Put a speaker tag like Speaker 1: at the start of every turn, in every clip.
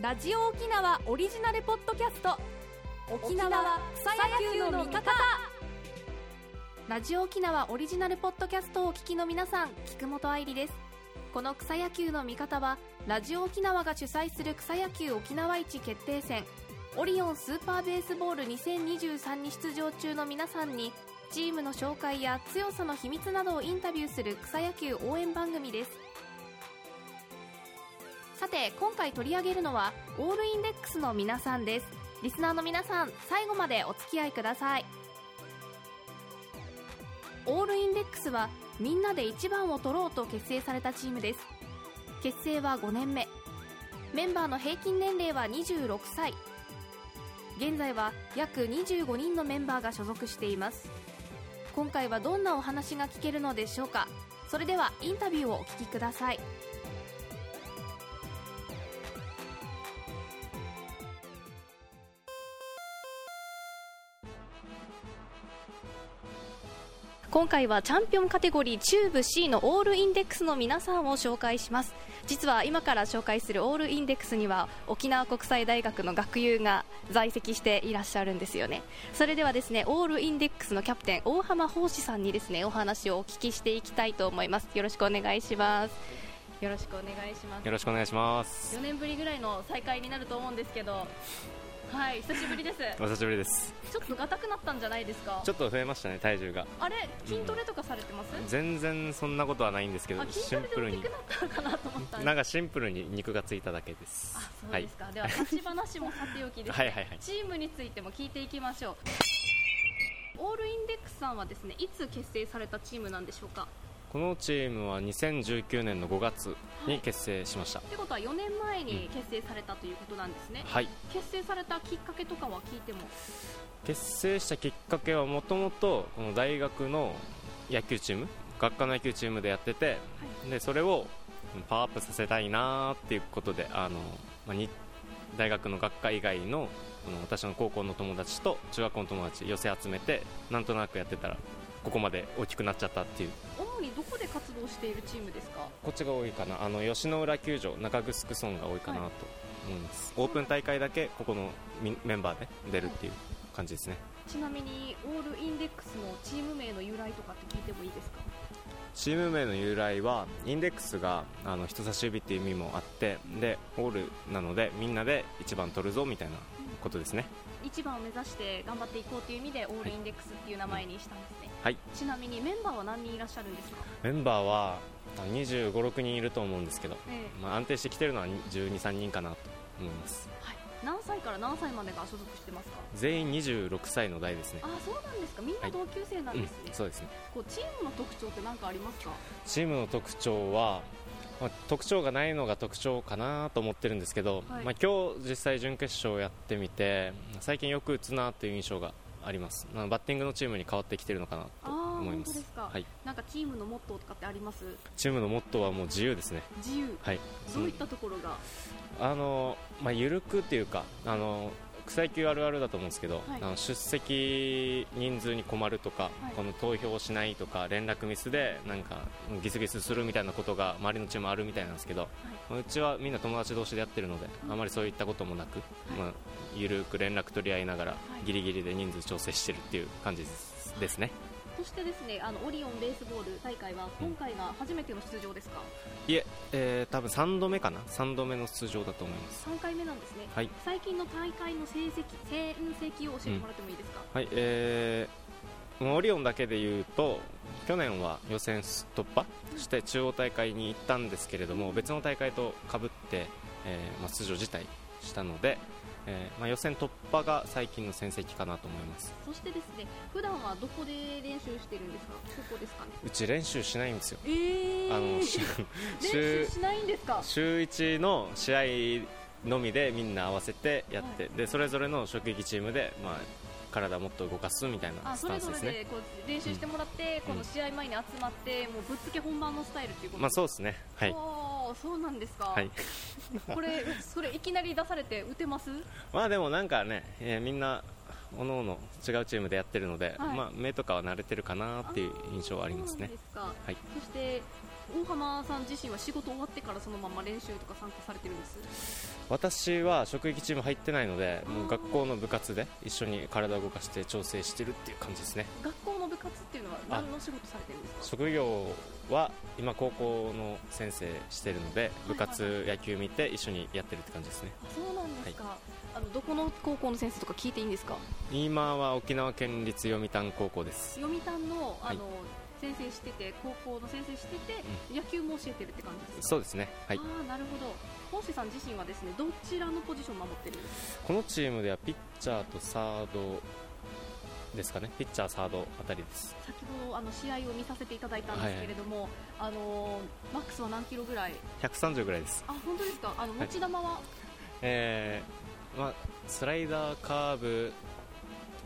Speaker 1: ラジオ沖縄オリジナルポッドキャスト沖縄草野球の見方ラジオ沖縄オリジナルポッドキャストをお聞きの皆さん菊本愛理ですこの草野球の見方はラジオ沖縄が主催する草野球沖縄一決定戦オリオンスーパーベースボール2023に出場中の皆さんにチームの紹介や強さの秘密などをインタビューする草野球応援番組ですさて今回取り上げるのはオールインデックスの皆さんですリスナーの皆さん最後までお付き合いくださいオールインデックスはみんなで1番を取ろうと結成されたチームです結成は5年目メンバーの平均年齢は26歳現在は約25人のメンバーが所属しています今回はどんなお話が聞けるのでしょうかそれではインタビューをお聞きください今回はチャンピオンカテゴリー中部 C のオールインデックスの皆さんを紹介します実は今から紹介するオールインデックスには沖縄国際大学の学友が在籍していらっしゃるんですよねそれではですねオールインデックスのキャプテン大浜奉仕さんにですねお話をお聞きしていきたいと思いますよろしくお願いしますよろしくお願いします
Speaker 2: よろしくお願いします
Speaker 1: 4。年ぶりぐらいの再会になると思うんですけどはい久しぶりです
Speaker 2: お久しぶりです。
Speaker 1: ちょっと硬くなったんじゃないですか
Speaker 2: ちょっと増えましたね、体重が。
Speaker 1: あれ筋トレとかされてます、
Speaker 2: 全然そんなことはないんですけど
Speaker 1: あ、筋
Speaker 2: シ
Speaker 1: ト
Speaker 2: ン
Speaker 1: レ
Speaker 2: プル
Speaker 1: で大きく、
Speaker 2: に
Speaker 1: なったのかなと思ったんで
Speaker 2: なん
Speaker 1: す
Speaker 2: かシンプルに肉がついただけです。
Speaker 1: あそうですか、では立ち話もさておきです、ね、
Speaker 2: はいはいはい
Speaker 1: チームについても聞いていきましょうオールインデックスさんはですねいつ結成されたチームなんでしょうか
Speaker 2: このチームは2019年の5月に結成しました。
Speaker 1: ってことは4年前に結成されたということなんですね、
Speaker 2: はい。
Speaker 1: 結成されたきっかけとかは聞いても
Speaker 2: 結成したきっかけはもともとこの大学の野球チーム、学科の野球チームでやってて、でそれをパワーアップさせたいなーっていうことで、あのまあ、に大学の学科以外のあの私の高校の友達と中学校の友達寄せ集めてなんとなくやってたらここまで大きくなっちゃったっていう
Speaker 1: 主にどこで活動しているチームですか
Speaker 2: こっちが多いかなあの吉野浦球場中城村が多いかなと思います、オープン大会だけここのみメンバーで出るっていう感じですね
Speaker 1: ちなみにオールインデックスのチーム名の由来とかって聞いてもいいですか
Speaker 2: チーム名の由来はインデックスがあの人差し指っていう意味もあってでオールなのでみんなで1番取るぞみたいなことですね
Speaker 1: 1番を目指して頑張っていこうという意味でオールインデックスっていう名前にしたんですね、
Speaker 2: はい
Speaker 1: ちなみにメンバーは何人いらっしゃるんですか、
Speaker 2: メンバーは2 5 6人いると思うんですけど、
Speaker 1: え
Speaker 2: まあ、安定してきてるのは1 2 3人かなと思います
Speaker 1: はい、何歳から何歳までが所属してますか
Speaker 2: 全員26歳の代ですね
Speaker 1: あそうなんですかみんな
Speaker 2: はい
Speaker 1: 同級生なんですね、
Speaker 2: うん、そうですね
Speaker 1: こうチームの特徴って何かありますか
Speaker 2: チームの特徴は、まあ、特徴がないのが特徴かなと思ってるんですけど、
Speaker 1: はい
Speaker 2: まあ、今日実際準決勝やってみて最近よく打つなという印象がありますまあバッティングのチームに変わってきてるのかなと
Speaker 1: あー
Speaker 2: 思いま
Speaker 1: 本当
Speaker 2: す
Speaker 1: ですか
Speaker 2: はい、
Speaker 1: なんかチームのモットーとかってあります
Speaker 2: チームのモットーはもう自由ですね、
Speaker 1: 自由
Speaker 2: はい、
Speaker 1: どういったところが、
Speaker 2: あの、まあ、緩くっていうかあの草野球あるあるだと思うんですけど、
Speaker 1: はい
Speaker 2: あの出席人数に困るとか、
Speaker 1: はい
Speaker 2: この投票しないとか連絡ミスでなんかギスギスするみたいなことが周りのチームあるみたいなんですけど、うちはみんな友達同士でやってるので、
Speaker 1: うん
Speaker 2: あまりそういったこともなく、
Speaker 1: い
Speaker 2: まあ、緩く連絡取り合いながら、
Speaker 1: い
Speaker 2: ギリギリで人数調整してるっていう感じです,、ですね
Speaker 1: そしてですねあのオリオンベースボール大会は今回が初めての出場ですか、
Speaker 2: いええー多分3度目かな3度目の出場だと思います
Speaker 1: 3回目なんですね、
Speaker 2: はい
Speaker 1: 最近の大会の成績成績を教えてもらってもいいですか、
Speaker 2: はい、えーもうオリオンだけで言うと去年は予選突破して中央大会に行ったんですけれども別の大会とかぶって、えーまあ、出場辞退したので、えーまあ、予選突破が最近の戦績かなと思います
Speaker 1: そしてですね普段はどこで練習してるんですかここですかね
Speaker 2: うち練習しないんですよ
Speaker 1: え
Speaker 2: あ のし週
Speaker 1: しないんですか
Speaker 2: 週1の試合のみでみんな合わせてやって、でそれぞれの職域チームで、まあ、体もっと動かすみたいな
Speaker 1: あ
Speaker 2: ス
Speaker 1: そ
Speaker 2: タ
Speaker 1: れ
Speaker 2: ンス
Speaker 1: ぞ
Speaker 2: で
Speaker 1: れ
Speaker 2: すね
Speaker 1: でこう練習してもらって、
Speaker 2: うん
Speaker 1: この試合前に集まってもうぶっつけ本番のスタイルっていうこと
Speaker 2: まあ
Speaker 1: ですか、
Speaker 2: そうですねはい、
Speaker 1: おーそうなんですか、
Speaker 2: はい、
Speaker 1: これそれいきなり出されて打てます
Speaker 2: まあでもなんかね、えーみんなおのおの違うチームでやってるので、
Speaker 1: はい
Speaker 2: まあ、目とかは慣れてるかなっていう印象はありますね
Speaker 1: そうなんですか
Speaker 2: はい
Speaker 1: そして
Speaker 3: 大浜さん自身は仕事終わってからそのまま練習とか参加されてるんです
Speaker 2: 私は職域チーム入ってないので
Speaker 3: あ
Speaker 2: も
Speaker 3: ー
Speaker 2: う学校の部活で一緒に体を動かして調整してるっていう感じですね
Speaker 3: 学校の部活っていうのは何の仕事されてるんですか
Speaker 2: 職業は今高校の先生してるので部活野球見て一緒にやってるって感じですね
Speaker 3: あそうなんですか、あのどこの高校の先生とか聞いていいんですか
Speaker 2: 今は沖縄県立読谷高校です
Speaker 3: 読谷のあ
Speaker 2: はい
Speaker 3: の、先生してて高校の先生してて、野球も教えてるって感じですか
Speaker 2: そうですねはい
Speaker 3: ああなるほど本瀬さん自身はですねどちらのポジションを守ってるんですか
Speaker 2: このチームではピッチャーとサードですかねピッチャーサードあたりです
Speaker 3: 先ほどあの試合を見させていただいたんですけれども、あのマックスは何キロぐらい
Speaker 2: 130ぐらいです
Speaker 3: あ本当ですかあの持ち球は、
Speaker 2: えーまあ、スライダーカーブ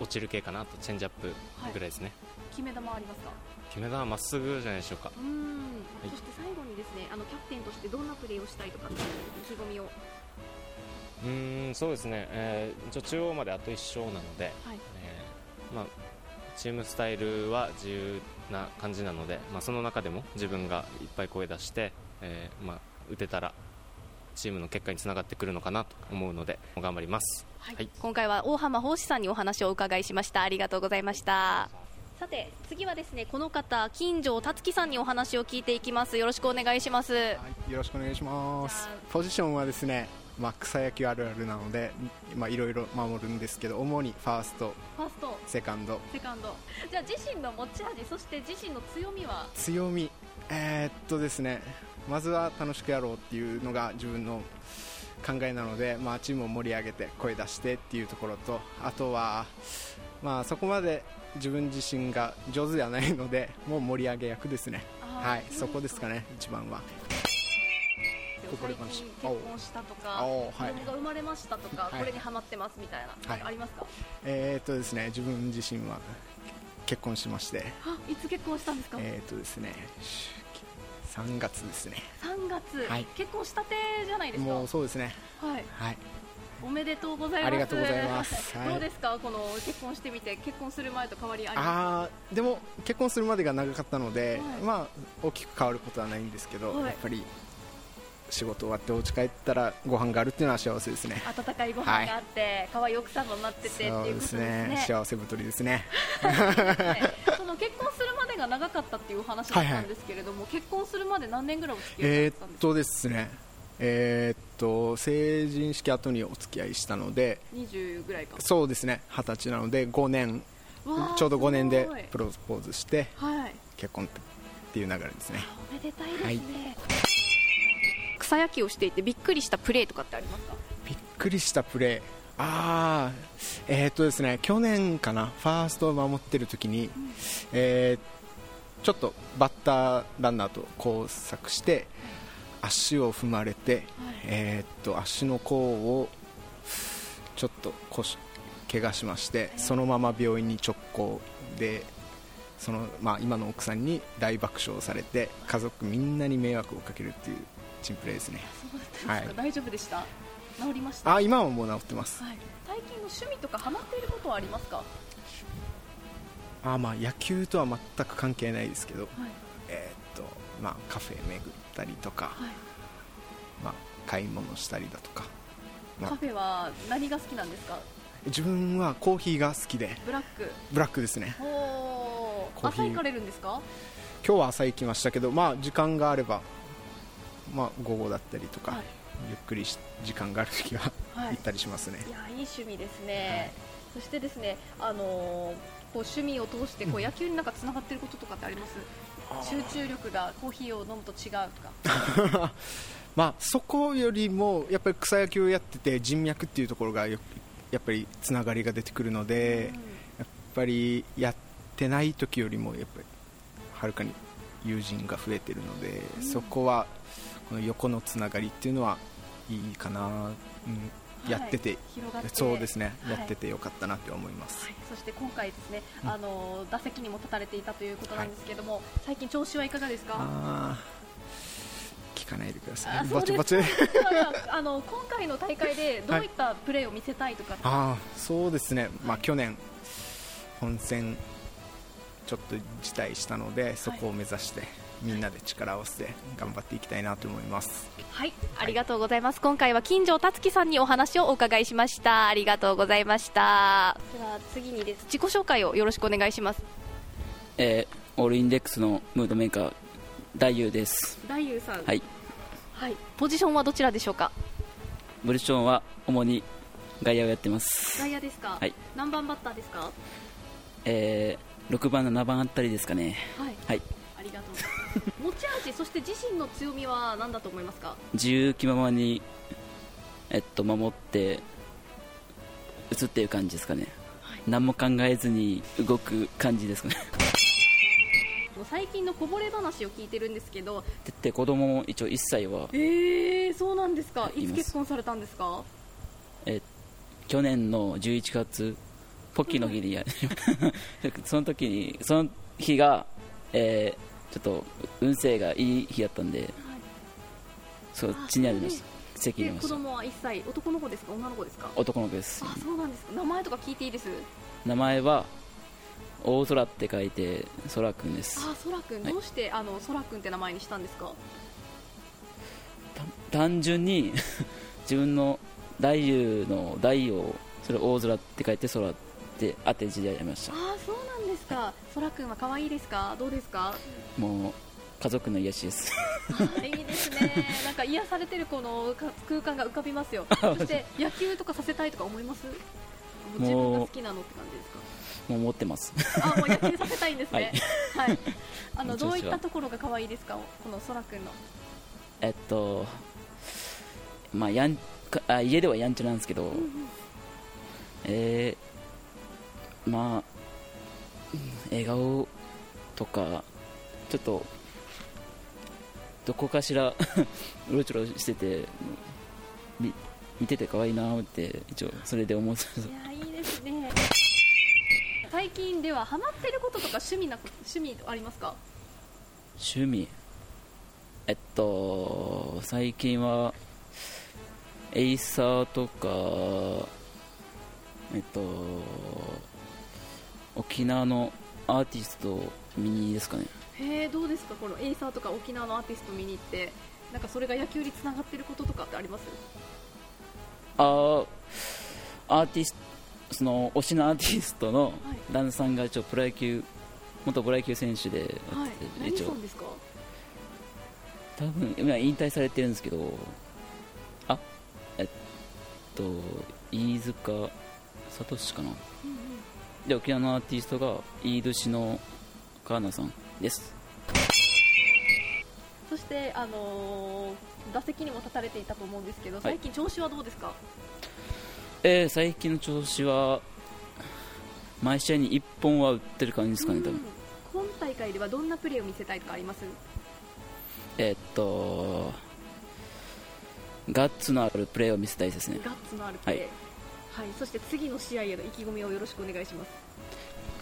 Speaker 2: 落ちる系かなとチェンジアップ
Speaker 3: はい
Speaker 2: ぐらいですね、
Speaker 3: 決め球ありますか
Speaker 2: 決め球はまっすぐじゃないでしょうか
Speaker 3: うーん、
Speaker 2: い
Speaker 3: そして最後にですねあのキャプテンとしてどんなプレーをしたいとかっていう意気込みを、は
Speaker 2: うーんそうですね、えー一応中央まであと1勝なので、
Speaker 3: い、
Speaker 2: えーまあ、チームスタイルは自由な感じなので、まあ、その中でも自分がいっぱい声出して、えーまあ、打てたらチームの結果につながってくるのかなと思うので頑張ります
Speaker 3: はい
Speaker 2: はい
Speaker 3: 今回は大浜奉仕さんにお話をお伺いしましたありがとうございましたさて次はですねこの方金城達樹さんにお話を聞いていきますよろしくお願いします
Speaker 4: はい、よろしくお願いします
Speaker 3: じゃあ
Speaker 4: ポジションはですね、まあ、草野球あるあるなのでまあいろいろ守るんですけど主にファースト
Speaker 3: ファースト
Speaker 4: セカンド
Speaker 3: セカンドじゃあ自身の持ち味そして自身の強みは
Speaker 4: 強みえーっとですねまずは楽しくやろうっていうのが自分の考えなので、まあ、チームを盛り上げて声出してっていうところとあとは、まあ、そこまで自分自身が上手ではないのでもう盛り上げ役ですねはいそこですか
Speaker 3: ね
Speaker 4: ね一番は
Speaker 3: 最近結
Speaker 4: ここでこの人
Speaker 3: 婚したとか
Speaker 4: おう
Speaker 3: 子
Speaker 4: はい
Speaker 3: 供が生まれましたとか、
Speaker 4: はい
Speaker 3: これにハマってますみたいな、
Speaker 4: はい
Speaker 3: ありますか
Speaker 4: えーっとですね自分自身は結婚しまして
Speaker 3: あいつ結婚したんですか、
Speaker 4: えー、とですね3月ですね
Speaker 3: 3月、
Speaker 4: はい
Speaker 3: 結婚したてじゃないですか
Speaker 4: もうそうですね
Speaker 3: はい
Speaker 4: はい
Speaker 3: おめでとうございます
Speaker 4: ありがとうございます、はい、
Speaker 3: どうですかこの結婚してみて結婚する前と変わりありま
Speaker 4: あーでも結婚するまでが長かったので、
Speaker 3: はい
Speaker 4: まあ大きく変わることはないんですけど、
Speaker 3: はい
Speaker 4: やっぱり仕事終わってお家帰ったらご飯があるっていうのは幸せですね
Speaker 3: すか温かいご飯があって、可愛い奥さんもなっててっていうこと
Speaker 4: そう
Speaker 3: で
Speaker 4: です
Speaker 3: すね
Speaker 4: ね幸せ太りですね
Speaker 3: はいその結婚するまでが長かったっていうお話だったんですけれども、結婚するまで何年ぐらいお付き合いさ
Speaker 4: え
Speaker 3: れ
Speaker 4: ー
Speaker 3: てたんで
Speaker 4: っ
Speaker 3: すか、
Speaker 4: とですねえーっと成人式後にお付き合いしたので
Speaker 3: 20ぐらいか
Speaker 4: そうですね二十歳なので5年
Speaker 3: わあ
Speaker 4: ちょうど5年です
Speaker 3: ごい
Speaker 4: プロポーズして
Speaker 3: はい
Speaker 4: 結婚っていう流れですね
Speaker 3: おめでたいですね、
Speaker 4: はい
Speaker 3: 草野球をしていてびっくりしたプレーとかってありますか
Speaker 4: びっくりしたプレーああえーっとですね去年かなファーストを守ってる時に、えーちょっとバッターランナーと交錯して足を踏まれて、えーっと足の甲をちょっと腰怪我しましてそのまま病院に直行でその、まあ、今の奥さんに大爆笑されて家族みんなに迷惑をかけるっていうチンプレーですね
Speaker 3: そうだったんですか、
Speaker 4: はい
Speaker 3: 大丈夫でした治りました
Speaker 4: あー今はもう治ってます
Speaker 3: はい、最近の趣味とかハマっていることはありますか、は
Speaker 4: あーまあ野球とは全く関係ないですけど、
Speaker 3: い
Speaker 4: えーっとまあ、カフェ巡ったりとか、まあ、買い物したりだとかまあ
Speaker 3: カフェは何が好きなんですか
Speaker 4: 自分はコーヒーが好きで
Speaker 3: ブラック
Speaker 4: ブラックですね
Speaker 3: おー
Speaker 4: コーヒ
Speaker 3: 朝
Speaker 4: ー
Speaker 3: 行かれるんですか
Speaker 4: 今日は朝行きましたけど、まあ、時間があれば、まあ、午後だったりとか、
Speaker 3: はい
Speaker 4: ゆっくりし時間がある時は
Speaker 3: は
Speaker 4: 行
Speaker 3: い
Speaker 4: ったりしますね、
Speaker 3: いやいい趣味ですね、そしてですねあのーこう趣味を通してこう野球になんかつながっていることとかってあります、集中力がコーヒーを飲むと違うとか、
Speaker 4: まあ、そこよりもやっぱり草野球をやってて人脈っていうところがよやっぱりつながりが出てくるので、
Speaker 3: うん
Speaker 4: やっぱりやってない時よりもやっぱりはるかに友人が増えてるので、
Speaker 3: うん
Speaker 4: そこはこの横のつながりっていうのはいいかな、うん
Speaker 3: はい
Speaker 4: やってて
Speaker 3: 広がって
Speaker 4: そうですね、
Speaker 3: はい
Speaker 4: やっててよかったなって思います、
Speaker 3: はいそして今回ですね、
Speaker 4: うん
Speaker 3: あのー打席にも立たれていたということなんですけれども、最近調子はいかがですか
Speaker 4: あー聞かないでくだ
Speaker 3: あ
Speaker 4: さい
Speaker 3: そう
Speaker 4: バ
Speaker 3: です
Speaker 4: チバチ
Speaker 3: ではでは あの今回の大会でどういったプレーを見せたいとか、
Speaker 4: あーそうですね、ま
Speaker 3: は
Speaker 4: あ、
Speaker 3: い
Speaker 4: 去年本戦ちょっと辞退したのでそこを目指してみんなで力を合わせて頑張っていきたいなと思います
Speaker 1: はい、ありがとうございます。今回は金城達樹さんにお話をお伺いしました。ありがとうございました。
Speaker 3: では次にです
Speaker 1: 自己紹介をよろしくお願いします。
Speaker 5: えーオールインデックスのムードメーカー大優です
Speaker 3: 大優さん
Speaker 5: はい
Speaker 1: はい、ポジションはどちらでしょうか。
Speaker 5: ブルションは主に外野をやってます、
Speaker 3: 外野ですか、
Speaker 5: はい
Speaker 3: 何番バッターですか
Speaker 5: えー6番7番あたりですかね
Speaker 3: はい
Speaker 5: はい
Speaker 3: ありがとうございます持ち味そして自身の強みは何だと思いますか
Speaker 5: 自由気ままに、えっと、守って打つっていう感じですかね、何も考えずに動く感じですかね
Speaker 3: もう最近のこぼれ話を聞いてるんですけど
Speaker 5: でで子供も一応1歳は
Speaker 3: ええー、そうなんですか
Speaker 5: い
Speaker 3: いつ
Speaker 5: ます
Speaker 3: 結婚されたんですか
Speaker 5: 去年の11月ポッキーの日にやその時にその日が、えーちょっと運勢がいい日やったんで、そっちにありました席にあ
Speaker 3: で
Speaker 5: りま
Speaker 3: 子
Speaker 5: した
Speaker 3: 供は1歳男の子ですか女の子ですか
Speaker 5: 男の子です
Speaker 3: あそうなんですか名前とか聞いていいです
Speaker 5: 名前は大空って書いて空くんです
Speaker 3: あそらくん
Speaker 5: はい
Speaker 3: どうして、あのそらくんって名前にしたんですか
Speaker 5: た単純に自分の大優の大をそれ大空って書いて空って当て字でやりました
Speaker 3: あそうなんですかそらくんは可愛いですかどうですか
Speaker 5: もう家族の癒しです
Speaker 3: あいいですね、 なんか癒されてるこのか空間が浮かび ますよ、そして野球とかさせたいとか思いますもう自分が好きなのって感じで
Speaker 5: もう持ってます
Speaker 3: すか、あもう野球させたいんですね、はい、あの
Speaker 5: こん
Speaker 3: ど
Speaker 5: に
Speaker 3: う
Speaker 5: ちはい
Speaker 3: ったところが可愛いですか、このそらくんの、
Speaker 5: えっと、まあ、やんかあ家ではやんちゃなんですけど、えーまあ、うん笑顔とか、ちょっと、どこかしら うろちょろしてて、み見てて可愛いなーって、一応、それで思ってます
Speaker 3: いや、いいですね、最近ではハマってることとか趣味なこ趣味ありますか、
Speaker 5: 趣味えっと最近はエイサーとかえっと沖縄のアーティストミニですかね
Speaker 3: へえどうですか、このエイサーとか沖縄のアーティスト見に行って、なんかそれが野球につながってることとかってあります
Speaker 5: あーアーティストその推しのアーティストの
Speaker 3: い
Speaker 5: 旦那さんが一応プロ野球元プロ野球選手でやってて、
Speaker 3: はい、何
Speaker 5: 一
Speaker 3: さ
Speaker 5: 応
Speaker 3: んですか
Speaker 5: 多分今引退されてるんですけどあえっと飯塚聡かな、で沖縄のアーティストが飯年のカーナさんです
Speaker 3: そして、あのー打席にも立たれていたと思うんですけど、最近、調子はどうですか、
Speaker 5: えー最近の調子は毎試合に1本は打ってる感じですかね多分、
Speaker 3: うん今大会ではどんなプレーを見せたいとかあります
Speaker 5: えっとガッツのあるプレーを見せたいですね
Speaker 3: ガッツのあるプレー、はいそして次の試合への意気込みをよろしくお願いします。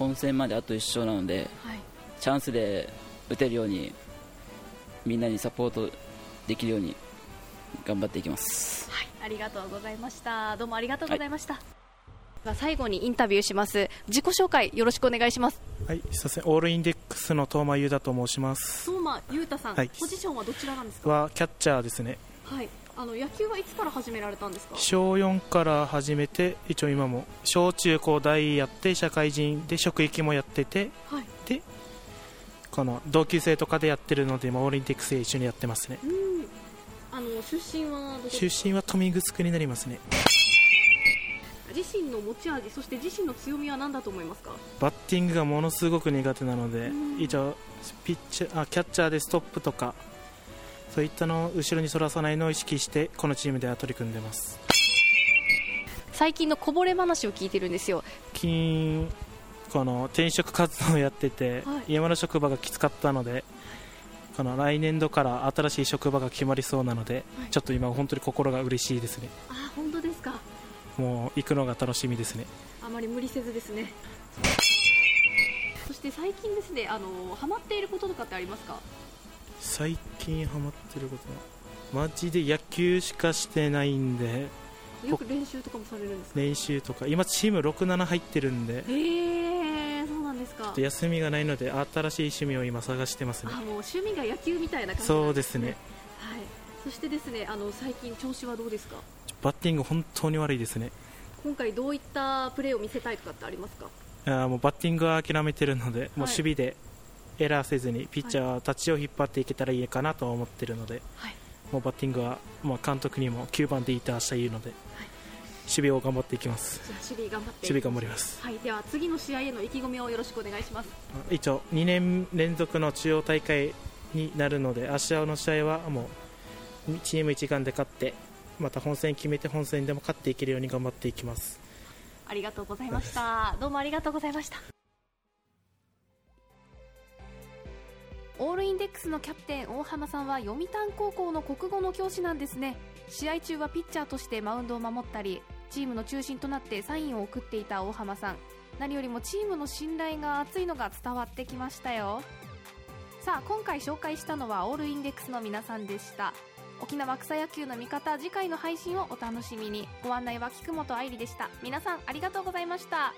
Speaker 5: 本戦まであと1勝なので
Speaker 3: はい
Speaker 5: チャンスで打てるようにみんなにサポートできるように頑張っていきます
Speaker 3: はい、ありがとうございました。どうもありがとうございました。では最後にインタビューします。自己紹介よろしくお願いします。
Speaker 6: はい、すいません、オールインデックスの東間優太と申します。
Speaker 3: 相馬裕太さん、
Speaker 6: はい
Speaker 3: ポジションはどちらなんですか。
Speaker 6: はキャッチャーですね、
Speaker 3: はい、あの野球はいつから始められたんですか。
Speaker 6: 小4から始めて、一応今も小中高大やって、社会人で職域もやってて、
Speaker 3: はい、
Speaker 6: でこの同級生とかでやってるので、今オールインデックスで一緒にやってますね。
Speaker 3: うん、あの出身はどこ
Speaker 6: 出身は富城になりますね。
Speaker 3: 自身の持ち味そして自身の強みは何だと思いますか
Speaker 6: バッティングがものすごく苦手なので、一応ピッチャーあキャッチャーでストップとかそういったのを後ろにそらさないのを意識してこのチームでは取り組んでます
Speaker 1: 最近のこぼれ話を聞いてるんですよ。
Speaker 6: 近この転職活動をやってて、
Speaker 3: はい
Speaker 6: 今の職場がきつかったのでこの来年度から新しい職場が決まりそうなので、
Speaker 3: はい
Speaker 6: ちょっと今本当に心が嬉しいですね
Speaker 3: あ本当ですか
Speaker 6: もう行くのが楽しみですね
Speaker 3: あまり無理せずですねそして最近ですねあのハマっていることとかってありますか
Speaker 6: 最近ハマってることはマジで野球しかしてないんで
Speaker 3: よく練習とかもされるんですか
Speaker 6: 練習とか今チーム67入ってるん
Speaker 3: へ
Speaker 6: で
Speaker 3: えー、そうなんですか
Speaker 6: と休みがないので新しい趣味を今探してます
Speaker 3: あ
Speaker 6: ね
Speaker 3: もう趣味が野球みたいな感じなん
Speaker 6: そうですね
Speaker 3: はいそしてですねあの最近調子はどうですか
Speaker 6: バッティング本当に悪いですね
Speaker 3: 今回どういったプレーを見せたいとかってありますか
Speaker 6: あーもうバッティングは諦めてるので、もう
Speaker 3: はい
Speaker 6: 守備でエラーせずにピッチャーは立ちを引っ張っていけたらいいかなとは思ってるので、
Speaker 3: はい
Speaker 6: もうバッティングは、まあ、監督にも9番でいいと明日言うので、守備を頑張っていきます
Speaker 3: じゃあ守備頑張って
Speaker 6: 守備頑張ります
Speaker 3: はいでは次の試合への意気込みをよろしくお願いします
Speaker 6: 一応2年連続の中央大会になるので明日の試合はもうチーム一丸で勝ってまた本戦決めて本戦でも勝っていけるように頑張っていきます
Speaker 3: ありがとうございましたどうもありがとうございました
Speaker 1: オールインデックスのキャプテン大浜さんは読谷高校の国語の教師なんですね試合中はピッチャーとしてマウンドを守ったりチームの中心となってサインを送っていた大浜さん何よりもチームの信頼が厚いのが伝わってきましたよさあ今回紹介したのはオールインデックスの皆さんでした沖縄草野球の味方次回の配信をお楽しみにご案内は菊本愛理でした皆さんありがとうございました